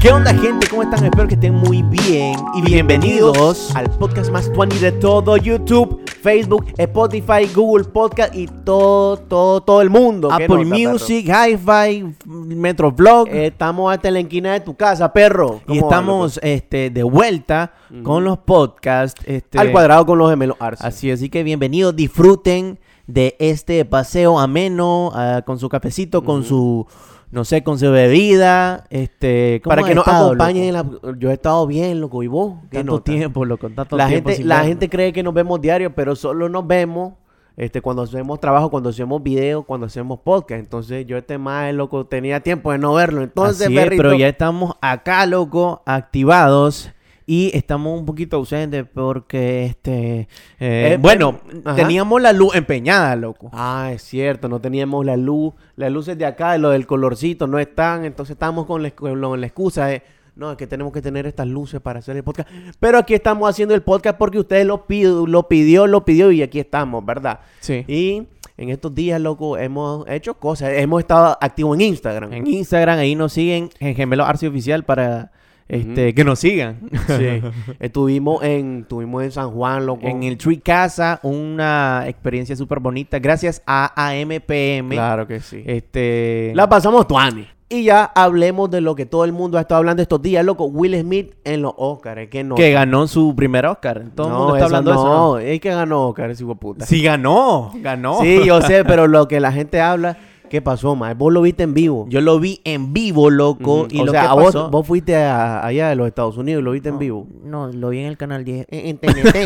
¿Qué onda gente? ¿Cómo están? Espero que estén muy bien y bienvenidos al podcast más tuani de todo YouTube, Facebook, Spotify, Google Podcast y todo, todo, todo el mundo. ¿Qué Apple nota, perro? Music, Hi-Fi, Metroblog. Eh, estamos hasta en la esquina de tu casa, perro. y ¿Cómo va, estamos este, de vuelta con los podcasts. Este, loco? al cuadrado con los gemelos Arce. Así, así que bienvenidos, disfruten de este paseo ameno, ah, con su cafecito, con su, no sé, con su bebida. Este, ¿cómo Para has que nos estado, acompañen. en loco? la- Yo he estado bien, loco. ¿Y vos? ¿Qué Tanto nota? tiempo, loco, tanto La, tiempo gente, sin la vernos. gente cree que nos vemos diario, pero solo nos vemos este, cuando hacemos trabajo, cuando hacemos video, cuando hacemos podcast. Entonces, yo este más loco tenía tiempo de no verlo. Entonces, Así es, perrito, pero ya estamos acá, loco, activados. Y estamos un poquito ausentes porque, este... eh, Eh, bueno, eh, ajá. teníamos la luz empeñada, loco. Ah, es cierto, no teníamos la luz. Las luces de acá, lo del colorcito, no están. Entonces, estamos con la, excu- con la excusa de. No, es que tenemos que tener estas luces para hacer el podcast. Pero aquí estamos haciendo el podcast porque ustedes lo, pido, lo pidió, lo pidió y aquí estamos, ¿verdad? Sí. Y en estos días, loco, hemos hecho cosas. Hemos estado activos en Instagram. En Instagram, ahí nos siguen, en Gemelo Arce Oficial, para este, que nos sigan. Sí. estuvimos, en, estuvimos en San Juan, loco. En el Tree Casa, una experiencia súper bonita, gracias a AMPM. Claro que sí. Este... La pasamos tuani. Y ya hablemos de lo que todo el mundo ha estado hablando estos días, loco. Will Smith en los Oscars. Que no. Que ganó su primer Oscar. Todo el no, mundo está hablando de eso. ¿no? No, es que ganó Oscar, ese hijo de puta. Sí, ganó. Ganó. Sí, yo sé, pero lo que la gente habla, ¿qué pasó, mae? Vos lo viste en vivo. Yo lo vi en vivo, loco. Ujú. Y o lo sea, que a vos, pasó- vos fuiste a- allá de los Estados Unidos y lo viste en vivo. No, lo vi en el canal 10. En, TNT.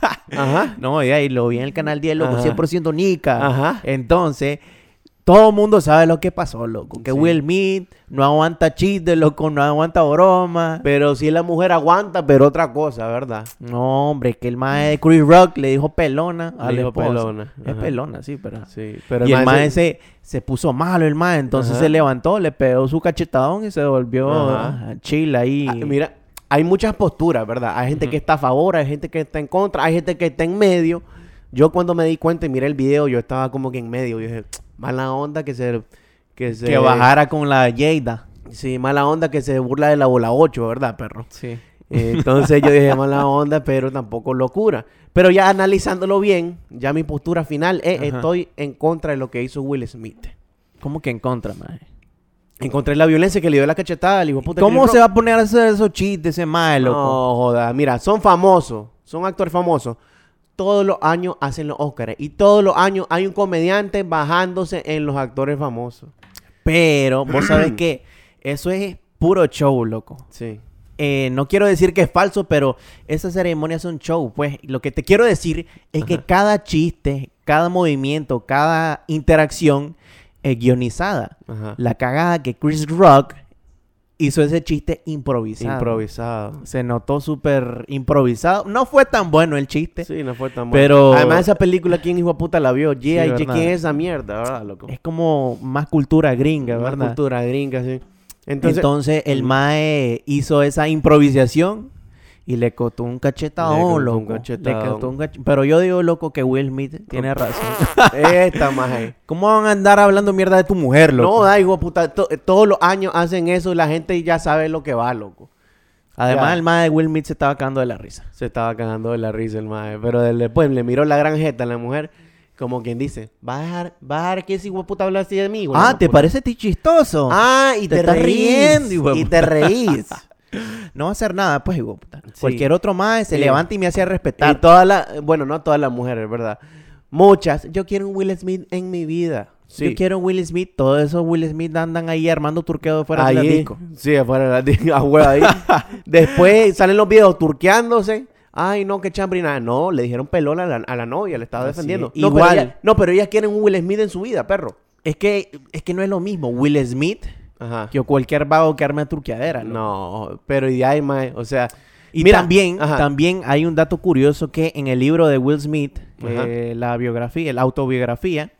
Ajá. No, ya, y lo vi en el canal 10, loco, Ajá. 100% nica. Ajá. Entonces, todo el mundo sabe lo que pasó, loco. Que Sí. Will Smith no aguanta chistes, loco, no aguanta broma. Pero sí la mujer aguanta, pero otra cosa, ¿verdad? No, hombre, que el mae de Chris Rock le dijo pelona a Le la dijo esposa. pelona, Es ajá. pelona, sí, pero... Sí, pero Ah. y el mae mae se, se puso malo, el mae. Entonces Ajá. se levantó, le pegó su cachetadón y se volvió Ajá. a chila ahí. Ah, Mira, hay muchas posturas, ¿verdad? Hay gente que está a favor, hay gente que está en contra, hay gente que está en medio. Yo cuando me di cuenta y miré el video, yo estaba como que en medio. Yo dije, mala onda que se... Que, se, que bajara con la Jada. Sí, mala onda que se burla de la bola 8, ¿verdad, perro? Eh, Sí. Entonces yo dije, mala onda, pero tampoco locura. Pero ya analizándolo bien, ya mi postura final es, Ajá. estoy en contra de lo que hizo Will Smith. ¿Cómo que en contra, mae? Encontré la violencia que le dio la cachetada al hijo de puta ¿Cómo Chris se Rock. va a poner a hacer esos chistes ese mae, loco? No, joda. Mira, son famosos. Son actores famosos. Todos los años hacen los Óscares. Y todos los años hay un comediante bajándose en los actores famosos. Pero vos sabés que eso es puro show, loco. Sí. Eh, no quiero decir que es falso, pero esas ceremonias son show. Pues lo que te quiero decir es que cada chiste, cada movimiento, cada interacción es guionizada. Ajá. La cagada que Chris Rock hizo ese chiste improvisado. Improvisado. Se notó súper improvisado. No fue tan bueno el chiste. Sí, no fue tan bueno. Pero- Además, esa película, ¿quién hijo de puta la vio? Yeah, y ¿verdad? ¿quién es esa mierda, verdad, loco? Es como más cultura gringa, Una ¿verdad? cultura gringa, sí. Entonces, Entonces, el Mae hizo esa improvisación y le costó un Le costó cachetadón, un loco. cachetadón. Le costó un cach- Pero yo digo, loco, que Will Smith tiene razón. esta maje. ¿Cómo van a andar hablando mierda de tu mujer, No, loco? da hijo de puta. to- todos los años hacen eso y la gente ya sabe lo que va, loco. Además, ya. el Mae de Will Smith se estaba cagando de la risa. Se estaba cagando de la risa el maje. Pero del- después le miró la gran jeta a la mujer. Como quien dice, va a dejar, va a dejar que ese hijo de puta hable así de mí. hijo de ah, la ¿te puta?" parece a ti chistoso? Ah, y Te te, estás reís, riendo, hijo de Y puta. te reís. No va a hacer nada, pues, hijo de puta. Sí. Cualquier otro Mae se Sí. levanta y me hace y respetar. todas las, bueno, no todas las mujeres, ¿verdad? Muchas. Yo quiero un Will Smith en mi vida. Yo quiero un Will Smith. Todos esos Will Smith andan ahí armando turqueo fuera Ahí, del disco. Sí, afuera de la disco, a huevo ahí. Después salen los videos turqueándose. Ay, no, qué chambrina. No, le dijeron pelón a la, a la novia, le estaba Así defendiendo. es. No, Ah, Igual. Pero ellas, no, pero ellas quieren un Will Smith en su vida, perro. Es que, es que no es lo mismo Will Smith Ajá. que cualquier vago que arme turqueadera. ¿no? No, pero y hay más. O sea, Y mira, también, ajá. también hay un dato curioso que en el libro de Will Smith, Ajá. eh, la biografía, la autobiografía,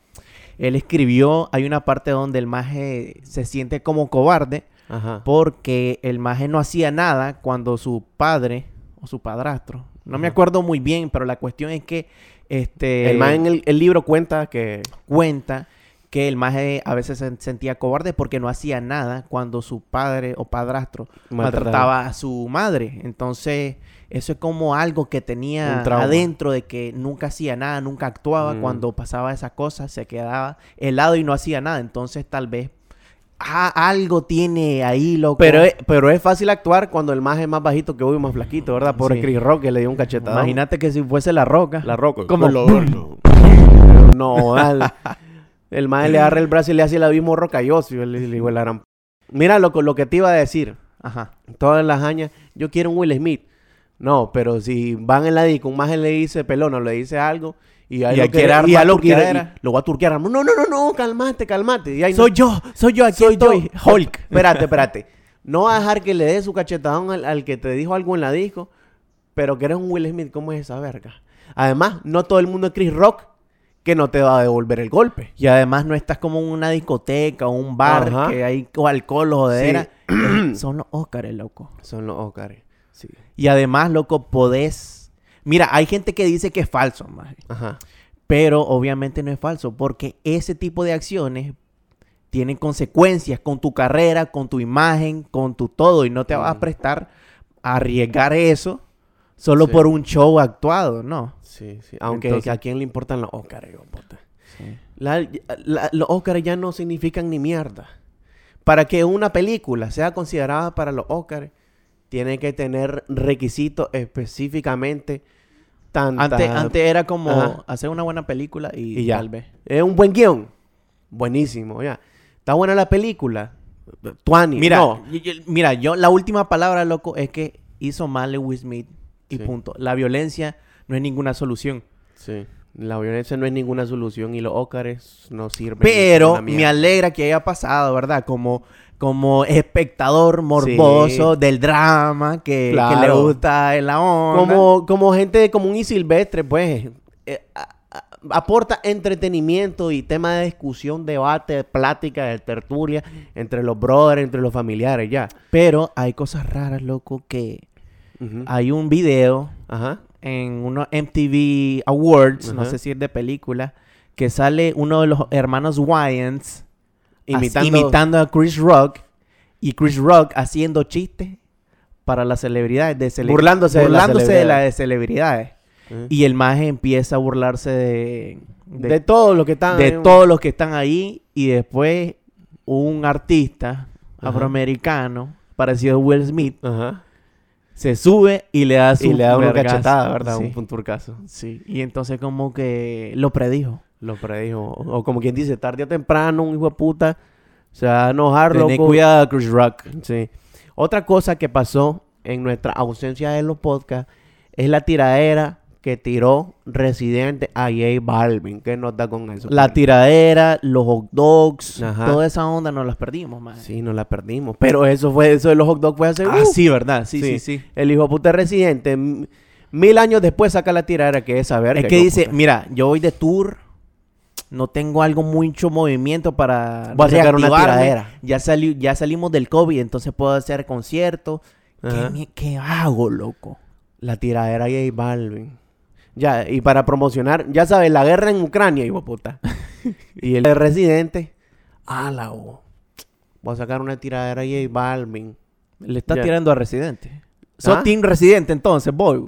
él escribió, hay una parte donde el maje se siente como cobarde Ajá. porque el maje no hacía nada cuando su padre o su padrastro, no me Ajá. acuerdo muy Eh, bien, pero la cuestión es que este el man en el, el libro cuenta que. cuenta que el maje a veces se sentía cobarde porque no hacía nada cuando su padre o padrastro Maltrataba. maltrataba a su madre. Entonces, eso es como algo que tenía Un trauma. adentro de que nunca hacía nada, nunca actuaba. Mm. Cuando pasaba esas cosas, se quedaba helado y no hacía nada. Entonces, tal vez ah, algo tiene ahí, loco. Pero es, pero es fácil actuar cuando el más es más bajito que hoy, más flaquito, ¿verdad? Pobre Sí. Chris Rock que le dio un cachetado. Imagínate que si fuese la roca. La Roca. Como lo No, dale. El más le agarra el brazo y le hace el abismo rocalloso. Y le- le digo, la gran- Mira, loco, lo que te iba a decir. Ajá. Todas las añas, yo quiero un Will Smith. No, pero si van en la disco, un maje le dice pelón o le dice algo. Y ahí Y ahí lo, que- quiere armar y ahí lo, quiere- turqueadera. y lo va a turquear. No, no, no, no, calmate, calmate. Y ahí no- Soy yo, soy yo, aquí soy estoy. yo. Hulk. Espérate, espérate. No vas a dejar que le dé su cachetadón al, al que te dijo algo en la disco, pero que eres un Will Smith, ¿cómo es esa verga? Además, no todo el mundo es Chris Rock que no te va a devolver el golpe. Y además no estás como en una discoteca o un bar Ajá. que hay o alcohol o jodera. Sí. Eh, Son los Óscares, loco. Son los Oscars. Sí. Y además, loco, podés... Mira, hay gente que dice que es falso, maje. Ajá. pero obviamente no es falso, porque ese tipo de acciones tienen consecuencias con tu carrera, con tu imagen, con tu todo, y no te vas a Mm. prestar a arriesgar eso solo Sí. por un show actuado, ¿no? Sí, sí. Aunque Entonces- ¿a quién le importan los Oscars? hijo de puta? La- la- los Oscars ya no significan ni mierda. Para que una película sea considerada para los Oscars, tiene que tener requisitos específicamente tan Antes, antes era como Ajá. hacer una buena película y, Y ya. tal vez. Es un buen guión. Buenísimo, ya. Está buena la película. Tuani. Mira, no. yo- yo- mira, yo la última palabra, loco, es que hizo mal el Will Smith y Sí. punto. La violencia no es ninguna solución. Sí. La violencia no es ninguna solución y los Ócares no sirven. Pero ni me para una mierda. alegra que haya pasado, ¿verdad? Como, como espectador morboso del drama que, que le Claro. gusta en la onda. como, como gente de común y silvestre, pues. eh, a- a- aporta entretenimiento y tema de discusión, debate, plática, de tertulia entre los brothers, entre los familiares, ya. Pero hay cosas raras, loco, que Ujú. hay un video Ajá. en unos MTV Awards, no Ajá. sé si es de película, que sale uno de los hermanos Wyans Imitando. imitando a Chris Rock y Chris Rock haciendo chistes para las celebridades. De cele- Burlándose de las burlándose de celebridades. las celebridades. Ujú. Y el maje empieza a burlarse de, Eh. de, de, todo lo que están. de todos los que están ahí. Y después un artista Ajá. afroamericano, parecido a Will Smith, Ajá. se sube y le da su Y le da una vergazo. cachetada, ¿verdad? Sí. Un, un turcazo. Sí. Y entonces como que lo predijo. Lo predijo. O o como quien dice, tarde o temprano, un hijo de puta se va a enojar, Tené loco. cuidado, Chris Rock. Sí. Otra cosa que pasó en nuestra ausencia de los podcasts es la tiradera que tiró Residente a J Balvin. ¿Qué nota con eso? La Carlos? tiradera, los hot dogs, Ajá. toda esa onda nos las perdimos, maje. Ah, Sí, nos la perdimos. Pero eso fue, eso de los hot dogs fue hace... Ah, ¡uh! sí, ¿verdad? Sí, sí, Sí. sí. El hijo de puta Residente, m- mil años después saca la tiradera que es saber Es que dice, mira, yo voy de tour, no tengo algo mucho movimiento para Voy a sacar una reactivarme. tiradera. Ya, sali- ya salimos del COVID, entonces puedo hacer conciertos. ¿Qué, Ajá. mi- qué hago, loco? La tiradera a J Balvin. Ya, y para promocionar, ya sabes, la guerra en Ucrania, hijo de puta. y el residente, ala, bo. voy a sacar una tiradera a J Balvin. Le estás Ya. tirando a Residente. ¿Sos ¿Ah? Team Residente entonces, boy?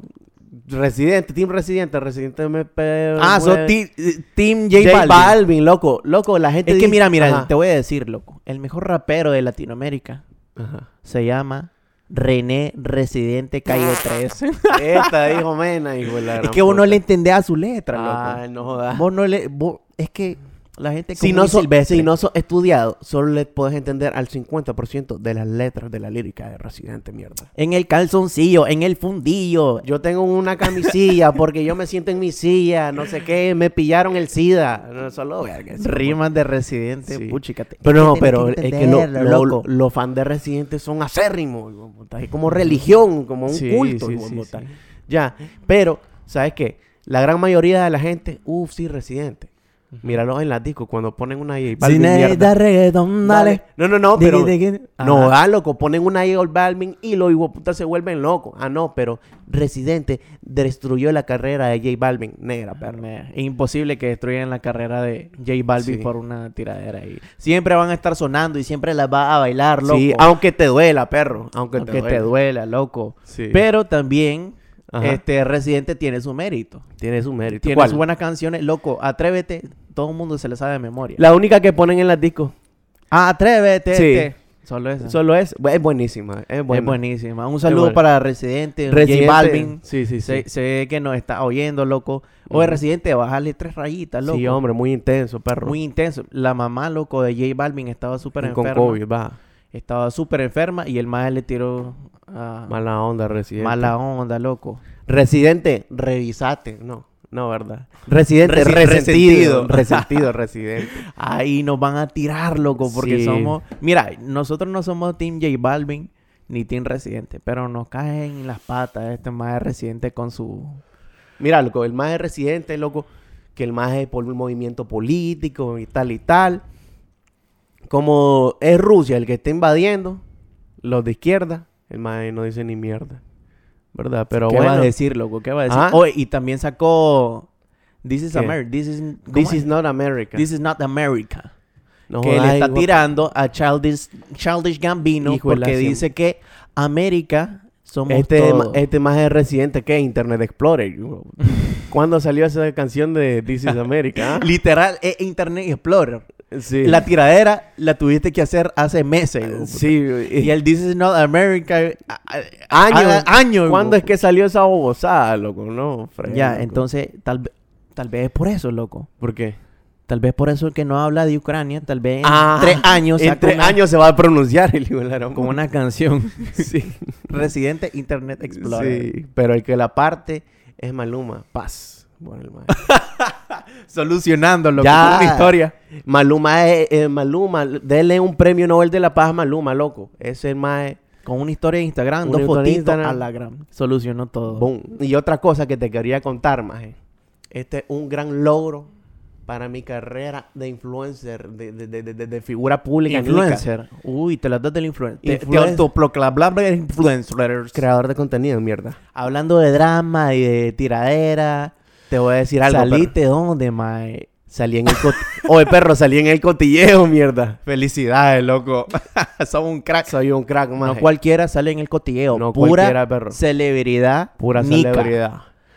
Residente, Team Residente, Residente MP. Ah, sos mueve- ti- eh, Team J Pues, J Balvin. Balvin. loco, loco, la gente. Es que dice- mira, mira, Ajá, te voy a decir, loco. El mejor rapero de Latinoamérica ajá. se llama René Residente Calle 3. Esta dijo Mena, hijo de la es gran que vos no Ah, puta. le entendés a su letra, loco. Ay, no jodas. Vos no le... vos- es que la gente... Si común no, y sos, silvestre- si no sos estudiado, solo le puedes entender al 50% de las letras de la lírica de Residente, mierda. En el calzoncillo, en el fundillo. Yo tengo una camisilla porque yo me siento en mi silla, no sé qué, me pillaron el SIDA. No, solo verga, eso, Rimas de Residente, Sí. puchicate. Pero no, tenés pero que es que lo- entenderlo, lo- loco. los fans de Residentes son acérrimos. hijo de puta. Es como religión, como un Sí, culto. sí, hijo de sí, puta. sí. Ya, pero, ¿sabes qué? La gran mayoría de la gente, uff, sí, Residente. Míralos en las discos cuando ponen una ahí. Si necesitas reggaetón, dale. No, no, no, Digi, pero. digi. No, Ajá. da loco. Ponen una J Balvin y los puta se vuelven locos. Ah, no, pero Residente destruyó la carrera de J Balvin. Negra, Ah, perro. Me- Imposible que destruyan la carrera de J Balvin Sí. por una tiradera ahí. Siempre van a estar sonando y siempre las va a bailar, loco. Sí, aunque te duela, perro. Aunque, aunque te duela, loco. Sí. Pero también Ajá. este Residente tiene su mérito. Tiene su mérito. Tiene ¿Cuál? sus buenas canciones, loco. Atrévete, todo el mundo se le sabe de memoria. Ah, La única que ponen en las discos. Atrévete. Sí. este. Solo eso. Solo es. Es buenísima. Es Es buena. buenísima. Un saludo buena. para Residente, Residente- J Balvin. Sí, sí, sí. Sé, sé que nos está oyendo, loco. Oye, Ujú. Residente, bájale tres rayitas, loco. Sí, hombre, muy intenso, perro. Muy intenso. La mamá, loco, de J Balvin estaba súper Y con enferma. COVID, va. Estaba súper enferma y el maestro le tiró a Mala onda, residente. Ah. mala onda, loco. Residente, revisate. No, no, ¿verdad? Residente, Resi- resentido. resentido. Resentido, residente. Ahí nos van a tirar, loco, porque Sí. somos... Mira, nosotros no somos Team J Balvin ni Team Residente, pero nos caen las patas este maestro Residente con su... Mira, loco, el más es residente, loco, que el más es por un movimiento político y tal y tal. Como es Rusia el que está invadiendo, los de izquierda, el más no dice ni mierda. ¿Verdad? Pero ¿Qué bueno, va a decir, loco? ¿Qué va a decir? Ajá. Oye, y también sacó... This is ¿Qué? America. This is... this ¿cómo is es? not America. This is not America. No que jodas, le está hijo- tirando a Childish, Childish Gambino Hijo de la porque cien- dice que América somos Este, ma- todos. este más es residente que Internet Explorer. ¿Cuándo salió esa canción de This is America? ah? Literal, es Internet Explorer. Sí. La tiradera la tuviste que hacer hace meses. güey. Sí, Y el This is not America. Ah, a- a- años. haga años, ¿Cuándo güey. es que salió esa bobosada, loco? No, Fred, Ya, loco. entonces, tal, ve- tal vez es por eso, loco. ¿Por qué? Tal vez por eso que no habla de Ucrania. Tal vez en Ah, tres años. En saca tres una- años se va a pronunciar el hijo de la gran Con una canción. Sí. Residente Internet Explorer. Sí, pero el que la parte es Maluma. Paz. Bueno, el maestro. Solucionándolo Ya. con una historia. Maluma es... eh, Maluma, dele un premio Nobel de la Paz a Maluma, loco. Ese es el más... eh, Con una historia de Instagram, Una dos historia de fotitos Instagram. a la gran. Solucionó todo. Boom. Y otra cosa que te quería contar, Maje. Este es un gran logro para mi carrera de influencer, de, de- de- de- de- de figura pública. nica. Influencer. Uy, te las das del influencer. Te, te Influencer. autoproclamabas influencer. Creador de contenido, mierda. Hablando de drama y de tiradera. Te voy a decir algo, perro. ¿Saliste dónde, mae? Salí en el... cot- Oye, perro, salí en el cotilleo, mierda. Felicidades, loco. Son un crack. Soy un crack, Ah, No maje. cualquiera sale en el cotilleo. No Pura cualquiera, perro. celebridad. Pura nica. celebridad.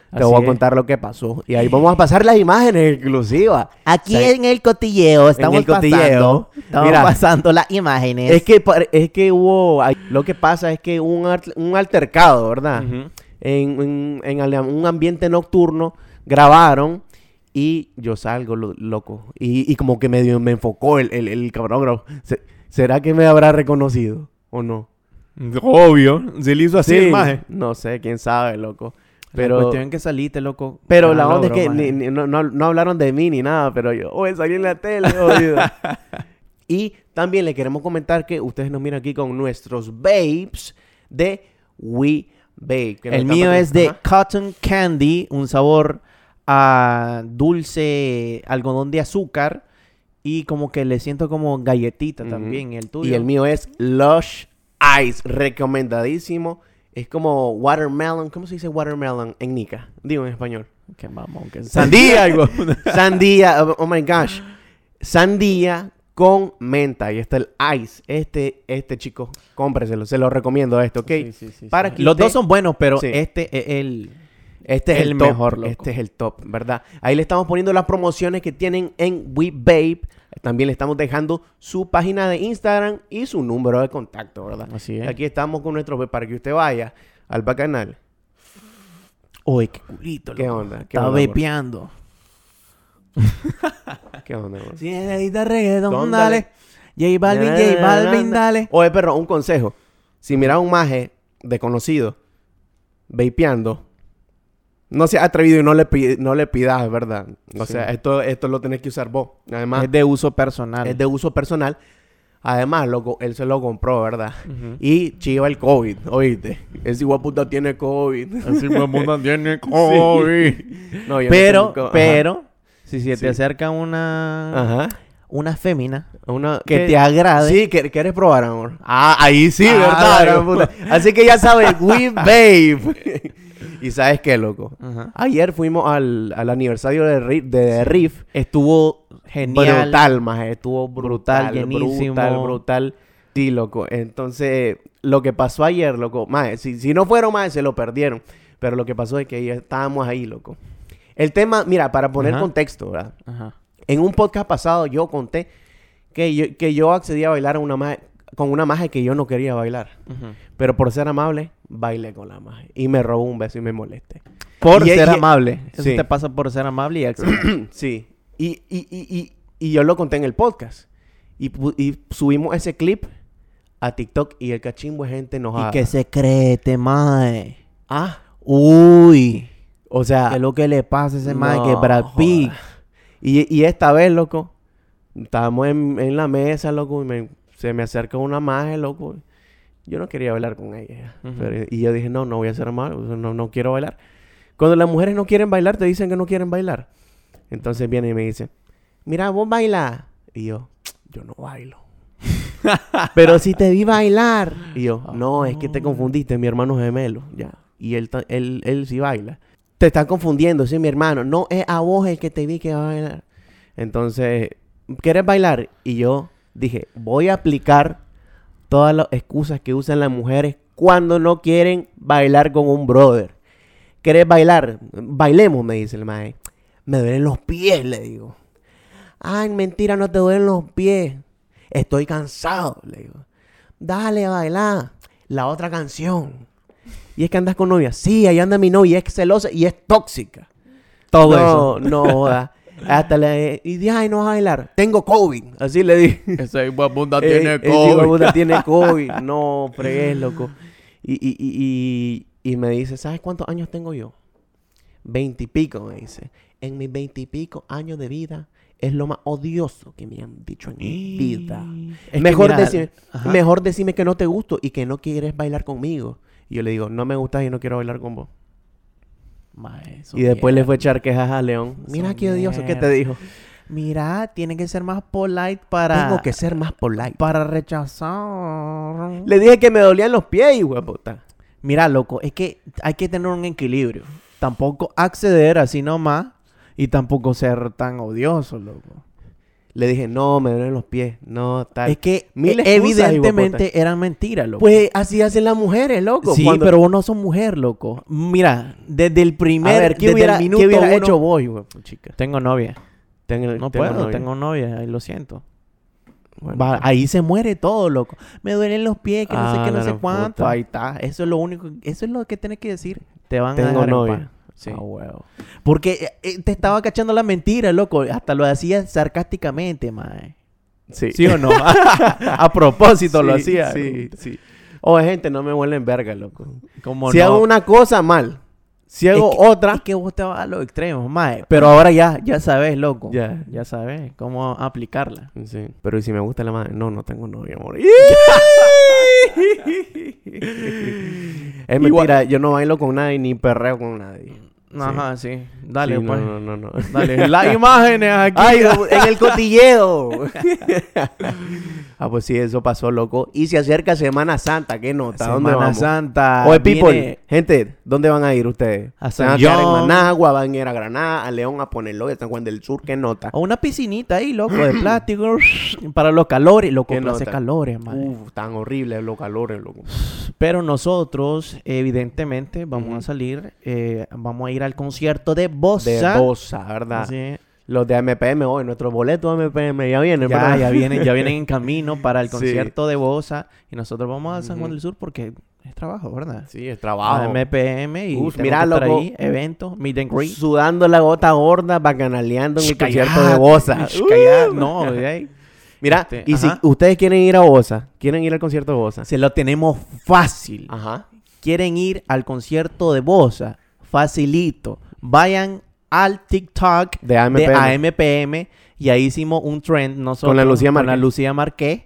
Te Así voy a es. contar lo que pasó. Y ahí vamos a pasar las imágenes exclusivas. Aquí O sea, en el cotilleo estamos el cotilleo. pasando. Estamos Mira. pasando las imágenes. Es que, par- es que hubo... ay, Lo que pasa es que un, art- un altercado, ¿verdad? Ujú. en, en- en ale- un ambiente nocturno, grabaron y yo salgo lo- loco. Y, y como que medio me enfocó el, el, el camarógrafo. Se- ¿Será que me habrá reconocido o no? Obvio, se le hizo ¿eh? Sí, no sé, quién sabe, loco. Pero, Pero, la cuestión que saliste, loco. pero la onda es que ni- ni- no, no- no hablaron de mí ni nada, pero yo, oye, salí en la tele, jodido". y también le queremos comentar que ustedes nos miran aquí con nuestros babes de We Babe. que nos El están mío es de patrocinando. cotton candy, un sabor a dulce algodón de azúcar. Y como que le siento como galletita Ujú. también. El tuyo. Y el mío es Lush Ice, recomendadísimo. Es como watermelon, ¿cómo se dice watermelon en nica? Digo en español. Que mamón, que Sandía, Sandía, oh, oh my gosh. Sandía con menta y está el ice. Este este chico, cómpreselo, se lo recomiendo esto, ¿ok? Sí, sí, sí, Para sí. que Los usted- dos son buenos, pero Sí. este es el. Este es el, El top, mejor, loco. Este es el top, ¿verdad? Ahí le estamos poniendo las promociones que tienen en WeBabe. También le estamos dejando su página de Instagram y su número de contacto, ¿verdad? Así es. Aquí estamos con nuestro... Para que usted vaya al bacanal. Uy, qué culito, ¿Qué loco. onda? ¿Qué Está onda, amor? bepeando. ¿Qué onda, amor? Si necesitas reggaetón, Dóndale. dale. J Balvin, J Balvin, dale. Oye, perro, un consejo. Si miras un maje desconocido vapeando, no seas atrevido y no le, pi- no le pidas, ¿verdad? O Sí. sea, esto, esto lo tenés que usar vos. Además, Es de uso personal. es de uso personal. Además, loco, él se lo compró, ¿verdad? Ujú. Y chiva el COVID, oíste. Ese puta tiene COVID. Así tiene COVID. No, yo no Pero, tengo co- ajá. pero, Si se Sí. te acerca una, Ajá. una fémina Una, que ¿qué? te agrade. Sí, que quieres probar, amor. Ah, ahí sí, Ah, ¿verdad? gran puta. Así que ya sabes, we babe. y sabes qué, loco. Ajá. Ayer fuimos al, al aniversario de, Ri- de, de Riff. Estuvo genial. Brutal, maje. Estuvo brutal, Brutal, llenísimo. brutal, brutal. Sí, loco. Entonces, lo que pasó ayer, loco, maje, si, si no fueron maje, se lo perdieron. Pero lo que pasó es que ya estábamos ahí, loco. El tema, mira, para poner Ajá. contexto, ¿verdad? Ajá. En un podcast pasado yo conté que yo, que yo accedí a bailar a una maje- con una maje que yo no quería bailar. Ujú. Pero por ser amable, bailé con la maje. Y me robó un beso y me molesté. Por Y- ser y- amable. Eso sí. te pasa por ser amable y accesible. sí. Y, y, y, y, y yo lo conté en el podcast. Y, pu- y subimos ese clip a TikTok y el cachimbo es gente enojada. y que se cree, mae. Ah, Uy. o sea... Que lo que le pasa a ese mae no, que Brad Pitt. joda. Y, y esta vez, loco, estábamos en, en la mesa, loco, y me- se me acerca una maje, loco. Yo no quería bailar con ella. Ujú. pero- y yo dije, no, no voy a ser amable, o sea, no, no quiero bailar. Cuando las mujeres no quieren bailar, te dicen que no quieren bailar. Entonces viene y me dice, mira, vos baila. Y yo, yo no bailo. Pero si te vi bailar. Y yo, no, es que te confundiste, mi hermano gemelo. Ya. Y él, ta- él, él sí baila. Te están confundiendo, sí, mi hermano. No es a vos el que te vi que va a bailar. Entonces, ¿quieres bailar? Y yo dije, voy a aplicar todas las excusas que usan las mujeres cuando no quieren bailar con un brother. ¿Querés bailar? Bailemos, me dice el mae. Me duelen los pies, le digo. Ay, mentira, no te duelen los pies. Estoy cansado, le digo. Dale, baila. La otra canción. Y es que andas con novia. Sí, ahí anda mi novia. Es celosa y es tóxica. Todo no, eso. No, joda. Hasta le... Y dije, ay, no vas a bailar. Tengo COVID. Así le dije. Ese punta Eh, ese hijo de puta tiene COVID. No, fregues, loco. Y, y, y, y, y me dice, ¿sabes cuántos años tengo yo? Veintipico, me dice. En mis veintipico años de vida es lo más odioso que me han dicho en mi vida. mejor, decime, mejor decime que no te gusto y que no quieres bailar conmigo. Y yo le digo, no me gustas y no quiero bailar con vos. y después le fue a echar quejas a León. Mira Son qué odioso que te mierda. dijo. Mira, tiene que ser más polite para... Tengo que ser más polite. Para rechazar... Le dije que me dolían los pies, hijo de puta. Mira, loco, es que hay que tener un equilibrio. Tampoco acceder así nomás y tampoco ser tan odioso, loco. Le dije, no, me duelen los pies, no, tal. Es que Mil eh, excusas, evidentemente eran mentiras, loco. pues así hacen las mujeres, loco. sí, Cuando- pero vos no sos mujer, loco. Mira, desde el primer... a ver, ¿qué desde hubiera, el qué minuto hubiera uno- hecho vos, hijo de pu- chica? Tengo novia. Tengo- No tengo puedo, novio. tengo novia, ahí lo siento. Bueno, Va- ahí se muere todo, loco. Me duelen los pies, que no Ah, sé qué, no la sé gran cuánto. puta. Ahí está. Eso es lo único, eso es lo que tenés que decir. Te van a Tengo dejar en novia. paz. Sí. Ah, huevo. Porque eh, eh, te estaba cachando la mentira, loco. Hasta lo hacía sarcásticamente, mae. Sí. ¿Sí o no? a propósito lo Sí, hacía. Sí, sí. Oh, gente, no me vuelven verga, loco. Como si no. hago una cosa, mal. Si Es hago que- otra, Es que vos te vas a los extremos, mae. Pero ahora ya, ya sabes, loco. Ya. Ya sabes cómo aplicarla. Sí. Pero ¿y si me gusta la madre? No, no tengo novia, amor. es mentira, yo no bailo con nadie ni perreo con nadie. Ajá, sí. Dale, Sí, no, pues. No, no, no. Dale. Las imágenes aquí. ¡Ay, en el cotilleo! ah, pues sí, eso pasó, loco. Y se acerca Semana Santa, ¿qué nota? ¿Dónde Semana vamos? Santa. Oye, people, viene- gente, ¿dónde van a ir ustedes? A ¿Se van San a quedar en John. Managua, van a ir a Granada, a León, a Ponerlo, a San Juan del Sur, ¿qué nota? A una piscinita ahí, loco, de plástico. para los calores. Loco, Qué para hace nota. calores, madre. Uf, tan horrible los calores, loco. Pero nosotros, evidentemente, vamos Ujú. a salir. eh, vamos a ir al concierto de Bossa. De Bosa, ¿verdad? Así- Los de MPM hoy, nuestros boletos de MPM ya vienen, Ya, ¿verdad? ya vienen, ya vienen en camino para el Sí. concierto de Bossa. Y nosotros vamos a San Juan Ujú. del Sur porque es trabajo, ¿verdad? Sí, es A trabajo. MPM y Uf, tengo mira, que estar loco. ahí, eventos, meet and greet. Sudando la gota gorda, bacanaleando en el Sh, concierto callate, de Bosa. sh, callate. No, güey. Mira, Este, y si ajá. ustedes quieren ir a Bosa, quieren ir al concierto de Bosa. Se lo tenemos fácil. Ajá. Quieren ir al concierto de Bosa. Facilito. Vayan al TikTok De AMPM. de AMPM y ahí hicimos un trend nosotros Con la Lucía con la Marqués. Lucía Marqués,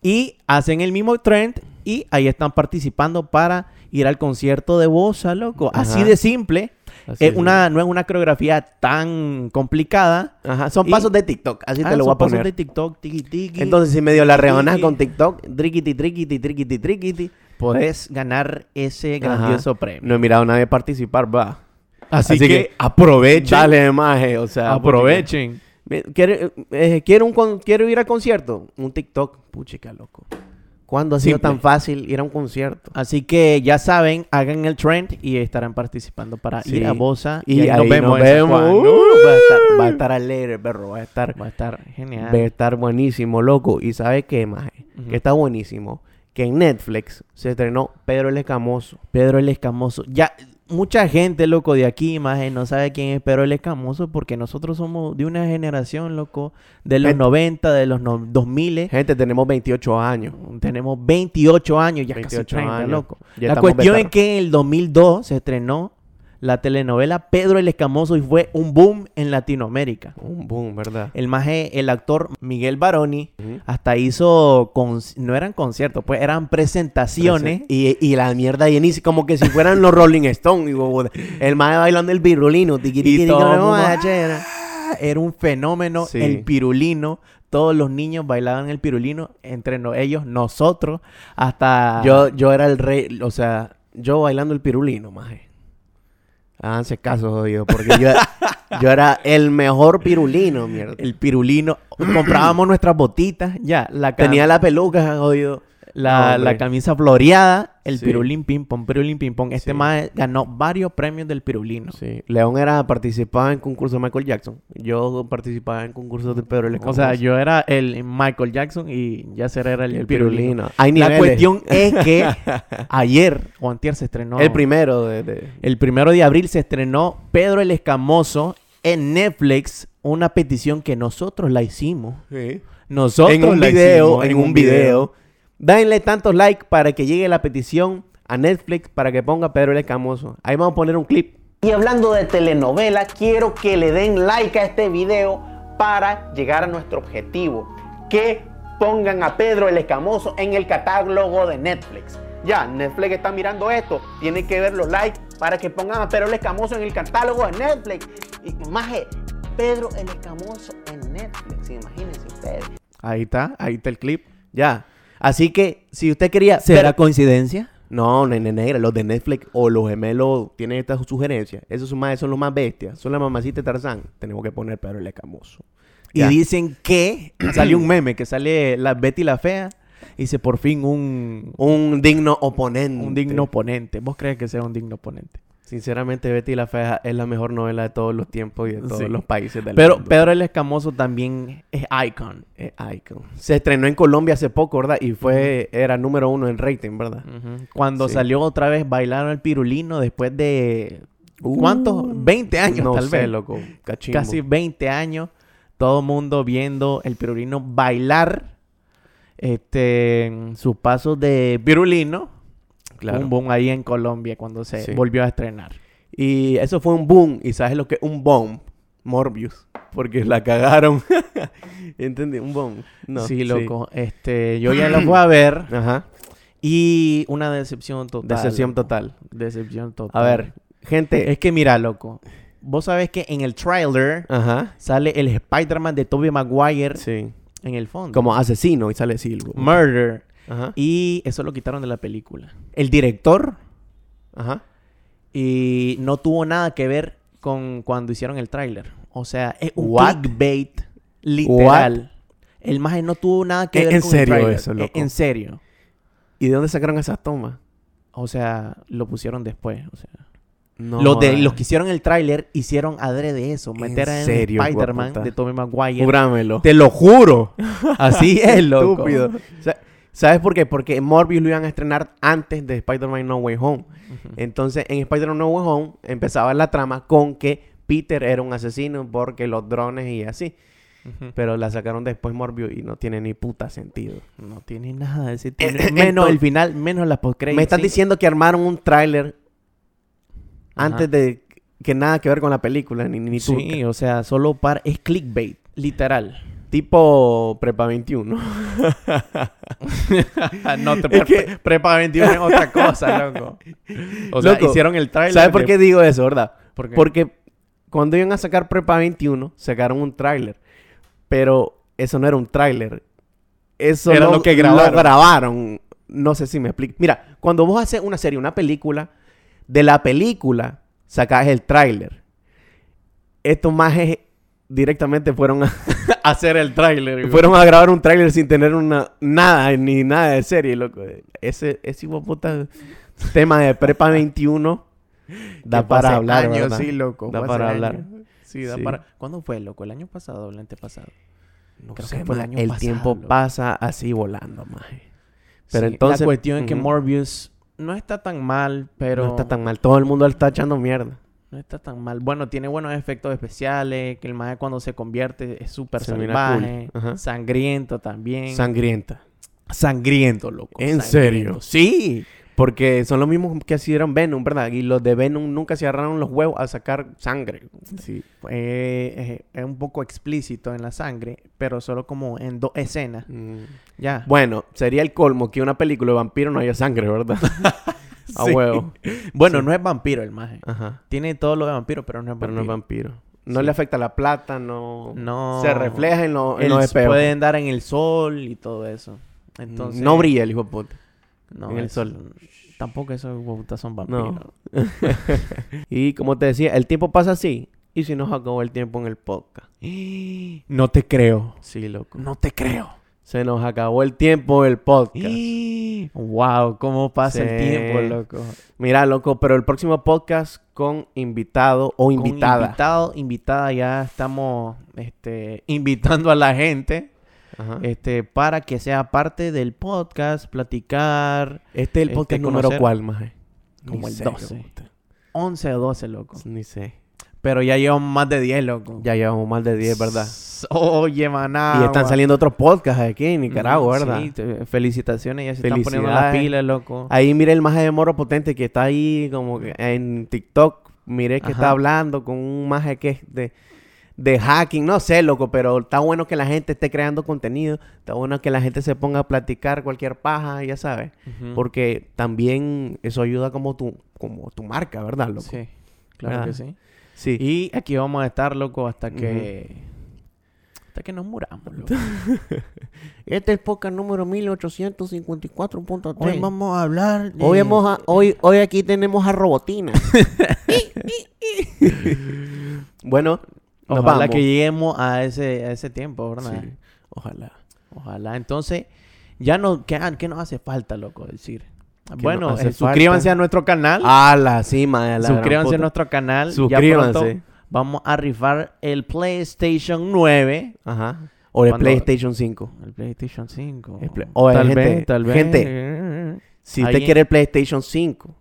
y hacen el mismo trend y ahí están participando para ir al concierto de Bosa, loco. Así Ajá. de simple. Así es es. una, no es una coreografía tan complicada. Ajá, son Y- pasos de TikTok, así Ah, te lo voy son a pasos poner. de TikTok, tiki tiki. Entonces, si medio la Tiki, rebanás tiki. con TikTok, triquiti, triquiti, triquiti, triquiti. podés ganar ese grandioso Ajá. premio. No he mirado a nadie participar, va. Así, Así que, que aprovechen. Dale, maje, o sea. aprovechen. porque- Me- Quiero, eh, quiero un con- quiero ir al concierto. Un TikTok. Puchica, loco. ¿Cuándo ha sido Simple. tan fácil ir a un concierto? Así que ya saben, hagan el trend y estarán participando para Sí. ir a Bosa. Y, ahí ahí nos vemos. en San Juan. Uh, Uh, va, a estar, va a estar alegre, perro. Va a estar, Va a estar genial. va a estar buenísimo, loco. ¿Y sabe qué, maje? Ujú. Que está buenísimo. Que en Netflix se estrenó Pedro el Escamoso. Pedro el Escamoso. Ya, mucha gente, loco, de aquí, más no sabe quién es Pedro el Escamoso porque nosotros somos de una generación, loco, de los Gente- 90, de los no- 2000. Gente, tenemos 28 años. Tenemos 28 años, ya 28 casi 30, años. loco. Ya la estamos cuestión es veteranos. que en el 2002 se estrenó la telenovela Pedro el Escamoso y fue un boom en Latinoamérica. Un boom, ¿verdad? El maje, el actor Miguel Baroni, Ujú. hasta hizo, con- no eran conciertos, pues eran presentaciones. Y, y la mierda llenísima, como que si fueran los Rolling Stones. y bobo- el más bailando el virulino. tiquitiqui, todo el no, mundo, ah, "Ah". era, un fenómeno, Sí. el pirulino. Todos los niños bailaban el pirulino, entre no- ellos, nosotros, hasta... Yo, yo era el rey, o sea, yo bailando el pirulino, maje. Háganse caso, jodido, porque yo, yo era el mejor pirulino, mierda. el pirulino, comprábamos nuestras botitas, ya, la, cam- Tenía la peluca, jodido. la, No, la hombre. camisa floreada, el Sí. pirulín ping pong, pirulín ping pong. Este Sí. mae ganó varios premios del pirulino. Sí. León era, participaba en concursos de Michael Jackson. Yo participaba en concursos de Pedro el O Escamoso. sea, yo era el Michael Jackson y Yasser era el, el pirulino. pirulino. Hay La niveles. cuestión es que ayer, o antier, se estrenó... El primero de... de- El primero de abril se estrenó Pedro el Escamoso en Netflix, una petición que nosotros la hicimos. Nosotros en un la video, hicimos, en un video. Denle tantos likes para que llegue la petición a Netflix para que ponga Pedro el Escamoso. Ahí vamos a poner un clip. Y hablando de telenovela, quiero que le den like a este video para llegar a nuestro objetivo. Que pongan a Pedro el Escamoso en el catálogo de Netflix. Ya, Netflix está mirando esto. Tiene que ver los likes para que pongan a Pedro el Escamoso en el catálogo de Netflix. Y maje, Pedro el Escamoso en Netflix. Imagínense ustedes. Ahí está, ahí está el clip. Ya. Así que, si usted quería... ¿Será Pero- coincidencia? No, nene negra, los de Netflix o los gemelos tienen estas sugerencias. Esos son, más, son los más bestias. Son la mamacita de Tarzán. Tenemos que poner Pedro el Escamoso. Y Ya. dicen que sale un meme que sale la Betty la Fea y dice por fin un, Un digno oponente. un digno oponente. ¿Vos crees que sea un digno oponente? Sinceramente, Betty la Fea es la mejor novela de todos los tiempos y de todos Sí. los países del Pero mundo. Pedro el Escamoso también es icon. Eh, Icon. Se estrenó en Colombia hace poco, ¿verdad? Y fue, era número uno en rating, ¿verdad? Cuando Sí. salió otra vez bailaron el pirulino después de ¿cuántos? 20 años Uh, no tal sé, vez. loco. Cachimbo. Casi 20 años todo mundo viendo el pirulino bailar este sus pasos de pirulino. Claro. Un boom ahí en Colombia cuando se Sí. volvió a estrenar. Y eso fue un boom. ¿Y sabes lo que es un bomb? Morbius. Porque la cagaron. ¿Entendí? Un bomb. No, sí, loco. Este, yo ya lo voy a ver Ajá. y una decepción total. Decepción loco. total. Decepción total. A ver, gente. es que mira, loco. Vos sabés que en el trailer Ajá. sale el Spider-Man de Tobey Maguire Sí. en el fondo. Como asesino y sale Silvo. Murder. Ajá. Y eso lo quitaron de la película. El director Ajá. y no tuvo nada que ver con cuando hicieron el tráiler. O sea, es un What? clickbait literal. El maje no tuvo nada que ¿Es ver en con serio el tráiler. eso, Es loco? En serio. ¿Y de dónde sacaron esas tomas? O sea, lo pusieron después. O sea, No. los, de, jodas. los que hicieron el tráiler hicieron adrede eso. ¿En Meter a serio, Spider-Man hijueputa? de Tommy Maguire. Júramelo. Te lo juro. Así es, loco. Estúpido. Sa- ¿Sabes por qué? Porque Morbius lo iban a estrenar antes de Spider-Man No Way Home. Entonces, en Spider-Man No Way Home empezaba la trama con que Peter era un asesino porque los drones y así. Ujú. Pero la sacaron después Morbius y no tiene ni puta sentido. No tiene nada de ese Eh, Entonces- menos el final, menos las post Me estás diciendo que armaron un tráiler Ajá. antes de que nada que ver con la película, ni, ni Sí, turca. o sea, solo par es clickbait, literal. Tipo Prepa 21. Ah, no, te pre- Es que- Prepa 21 es otra cosa, loco. O sea, Loco, hicieron el trailer. ¿Sabes por qué digo eso, verdad? ¿Por qué? Porque cuando iban a sacar Prepa 21, sacaron un tráiler. Pero eso no era un tráiler. Eso Era lo que grabaron. grabaron. No sé si me explico. Mira, cuando vos haces una serie, una película, de la película sacás el tráiler. Estos majes directamente fueron a, hacer el tráiler. güey. fueron a grabar un tráiler sin tener una nada, ni nada de serie, loco. Ese, ese hijo de puta tema de Prepa 21 da Que fue para hace hablar, años, ¿verdad? sí, loco. Da fue para hace hablar. años. Sí, da Sí. para... ¿Cuándo fue, loco? ¿El año pasado o el antepasado? No Creo sé, que fue el ma, año el pasado, tiempo loco. pasa así volando, maje. Pero Sí, entonces... La cuestión es que ujú, Morbius no está tan mal, pero... No está tan mal. Todo el mundo le está echando mierda. No está tan mal. Bueno, tiene buenos efectos especiales. Que el maje cuando se convierte es súper Se mira cool. salvaje. Ajá. Sangriento también. Sangrienta. sangriento, loco. ¿En sangriento. serio? Sí. Porque son los mismos que hicieron Venom, ¿verdad? Y los de Venom nunca se agarraron los huevos a sacar sangre. Sí. eh, eh, es un poco explícito en la sangre, pero solo como en dos escenas. Mm. Ya. Bueno, sería el colmo que una película de vampiro no haya sangre, ¿verdad? a Sí. huevo. Bueno, no es vampiro el maje. Ajá. Tiene todo lo de vampiro, pero no es Pero vampiro. no es vampiro. No Sí. le afecta la plata, no... No. Se refleja en, lo- en Él los espejos. puede andar en el sol y todo eso. Entonces, No brilla el hijo de puta. no, en el eso- sol. Tampoco esos huevutas son No. vampiros. Y como te decía, el tiempo pasa así. Y si nos acabó el tiempo en el podcast. No te creo. Sí, loco. No te creo. Se nos acabó el tiempo del podcast. Wow, cómo pasa el Sí. tiempo, loco. Mira, loco, pero el próximo podcast con invitado o Con invitada. invitado, invitada, ya estamos este, invitando a la gente Ajá. este, para que sea parte del podcast, platicar. Este es el este, podcast número conocer- cuál, maje. Como Ni el sé, 12. hijo de puta. 11 o 12, loco. Ni sé. Pero ya llevan más de 10, loco. Ya llevamos más de 10, ¿verdad? S- Oye, maná. Mm, y están saliendo otros podcasts aquí en Nicaragua, ¿verdad? felicitaciones, ya se están poniendo la Felicidades. pila, loco. Ahí mire el maje de Moro Potente que está ahí como que en TikTok. Mire que está Ajá. hablando con un maje que es de, de hacking. No sé, loco, pero está bueno que la gente esté creando contenido. Está bueno que la gente se ponga a platicar cualquier paja, ya sabes. Ujú. Porque también eso ayuda como tu, como tu marca, ¿verdad, loco? Sí, claro Ah. que sí. Sí. Y aquí vamos a estar, loco, hasta que. Hasta que nos muramos, loco. Este es podcast número 1854.3. Hoy vamos a hablar. de- Hoy, hemos a- hoy, hoy aquí tenemos a Robotina. bueno, nos Ojalá vamos. que lleguemos a ese, a ese tiempo, ¿verdad? Sí, Ojalá. Ojalá. Entonces, ya no. ¿Qué, ah, qué nos hace falta, loco? Decir. Bueno, nos hace eh, suscríbanse falta? a nuestro canal. A la cima de la gran suscríbanse a puta. nuestro canal. Ya Suscríbanse. pronto vamos a rifar el PlayStation 9. Ajá. O el Cuando- PlayStation 5. El PlayStation 5. El Play- Oye, gente, Gente. Si Ahí usted en- quiere el PlayStation 5,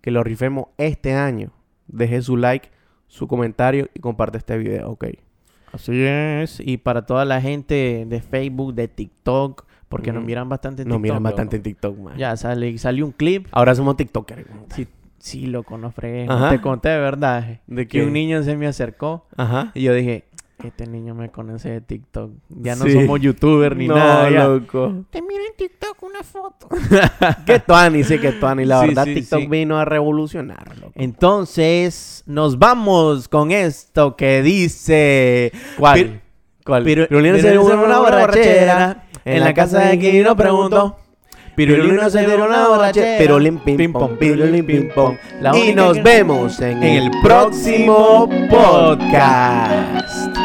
que lo rifemos este año, deje su like, su comentario y comparte este video, ok. Así es. Y para toda la gente de Facebook, de TikTok, porque nos Ujú. miran bastante en Nos TikTok, miran loco. bastante en TikTok, man. Ya sale, salió un clip. Ahora somos TikTokers. güey. Sí, sí loco, no fregué. Ajá. Te conté de verdad. ¿De Que qué? un niño se me acercó Ajá. y yo dije, este niño me conoce de TikTok. Ya no Sí. somos youtuber ni nada. ya. loco. Te miro en TikTok una foto. Que Tuani, sí, que Tuani. La Sí, verdad, sí, TikTok sí. vino a revolucionar, loco. Entonces, nos vamos con esto que dice... Pir- ¿Cuál? Piru- Pirulino se dio una borrachera en la casa de quien no preguntó. Pirulino se dio una borrachera. Pirulín, pim, pom, pirulín, pim, pom. La Y única nos que- vemos en el próximo podcast.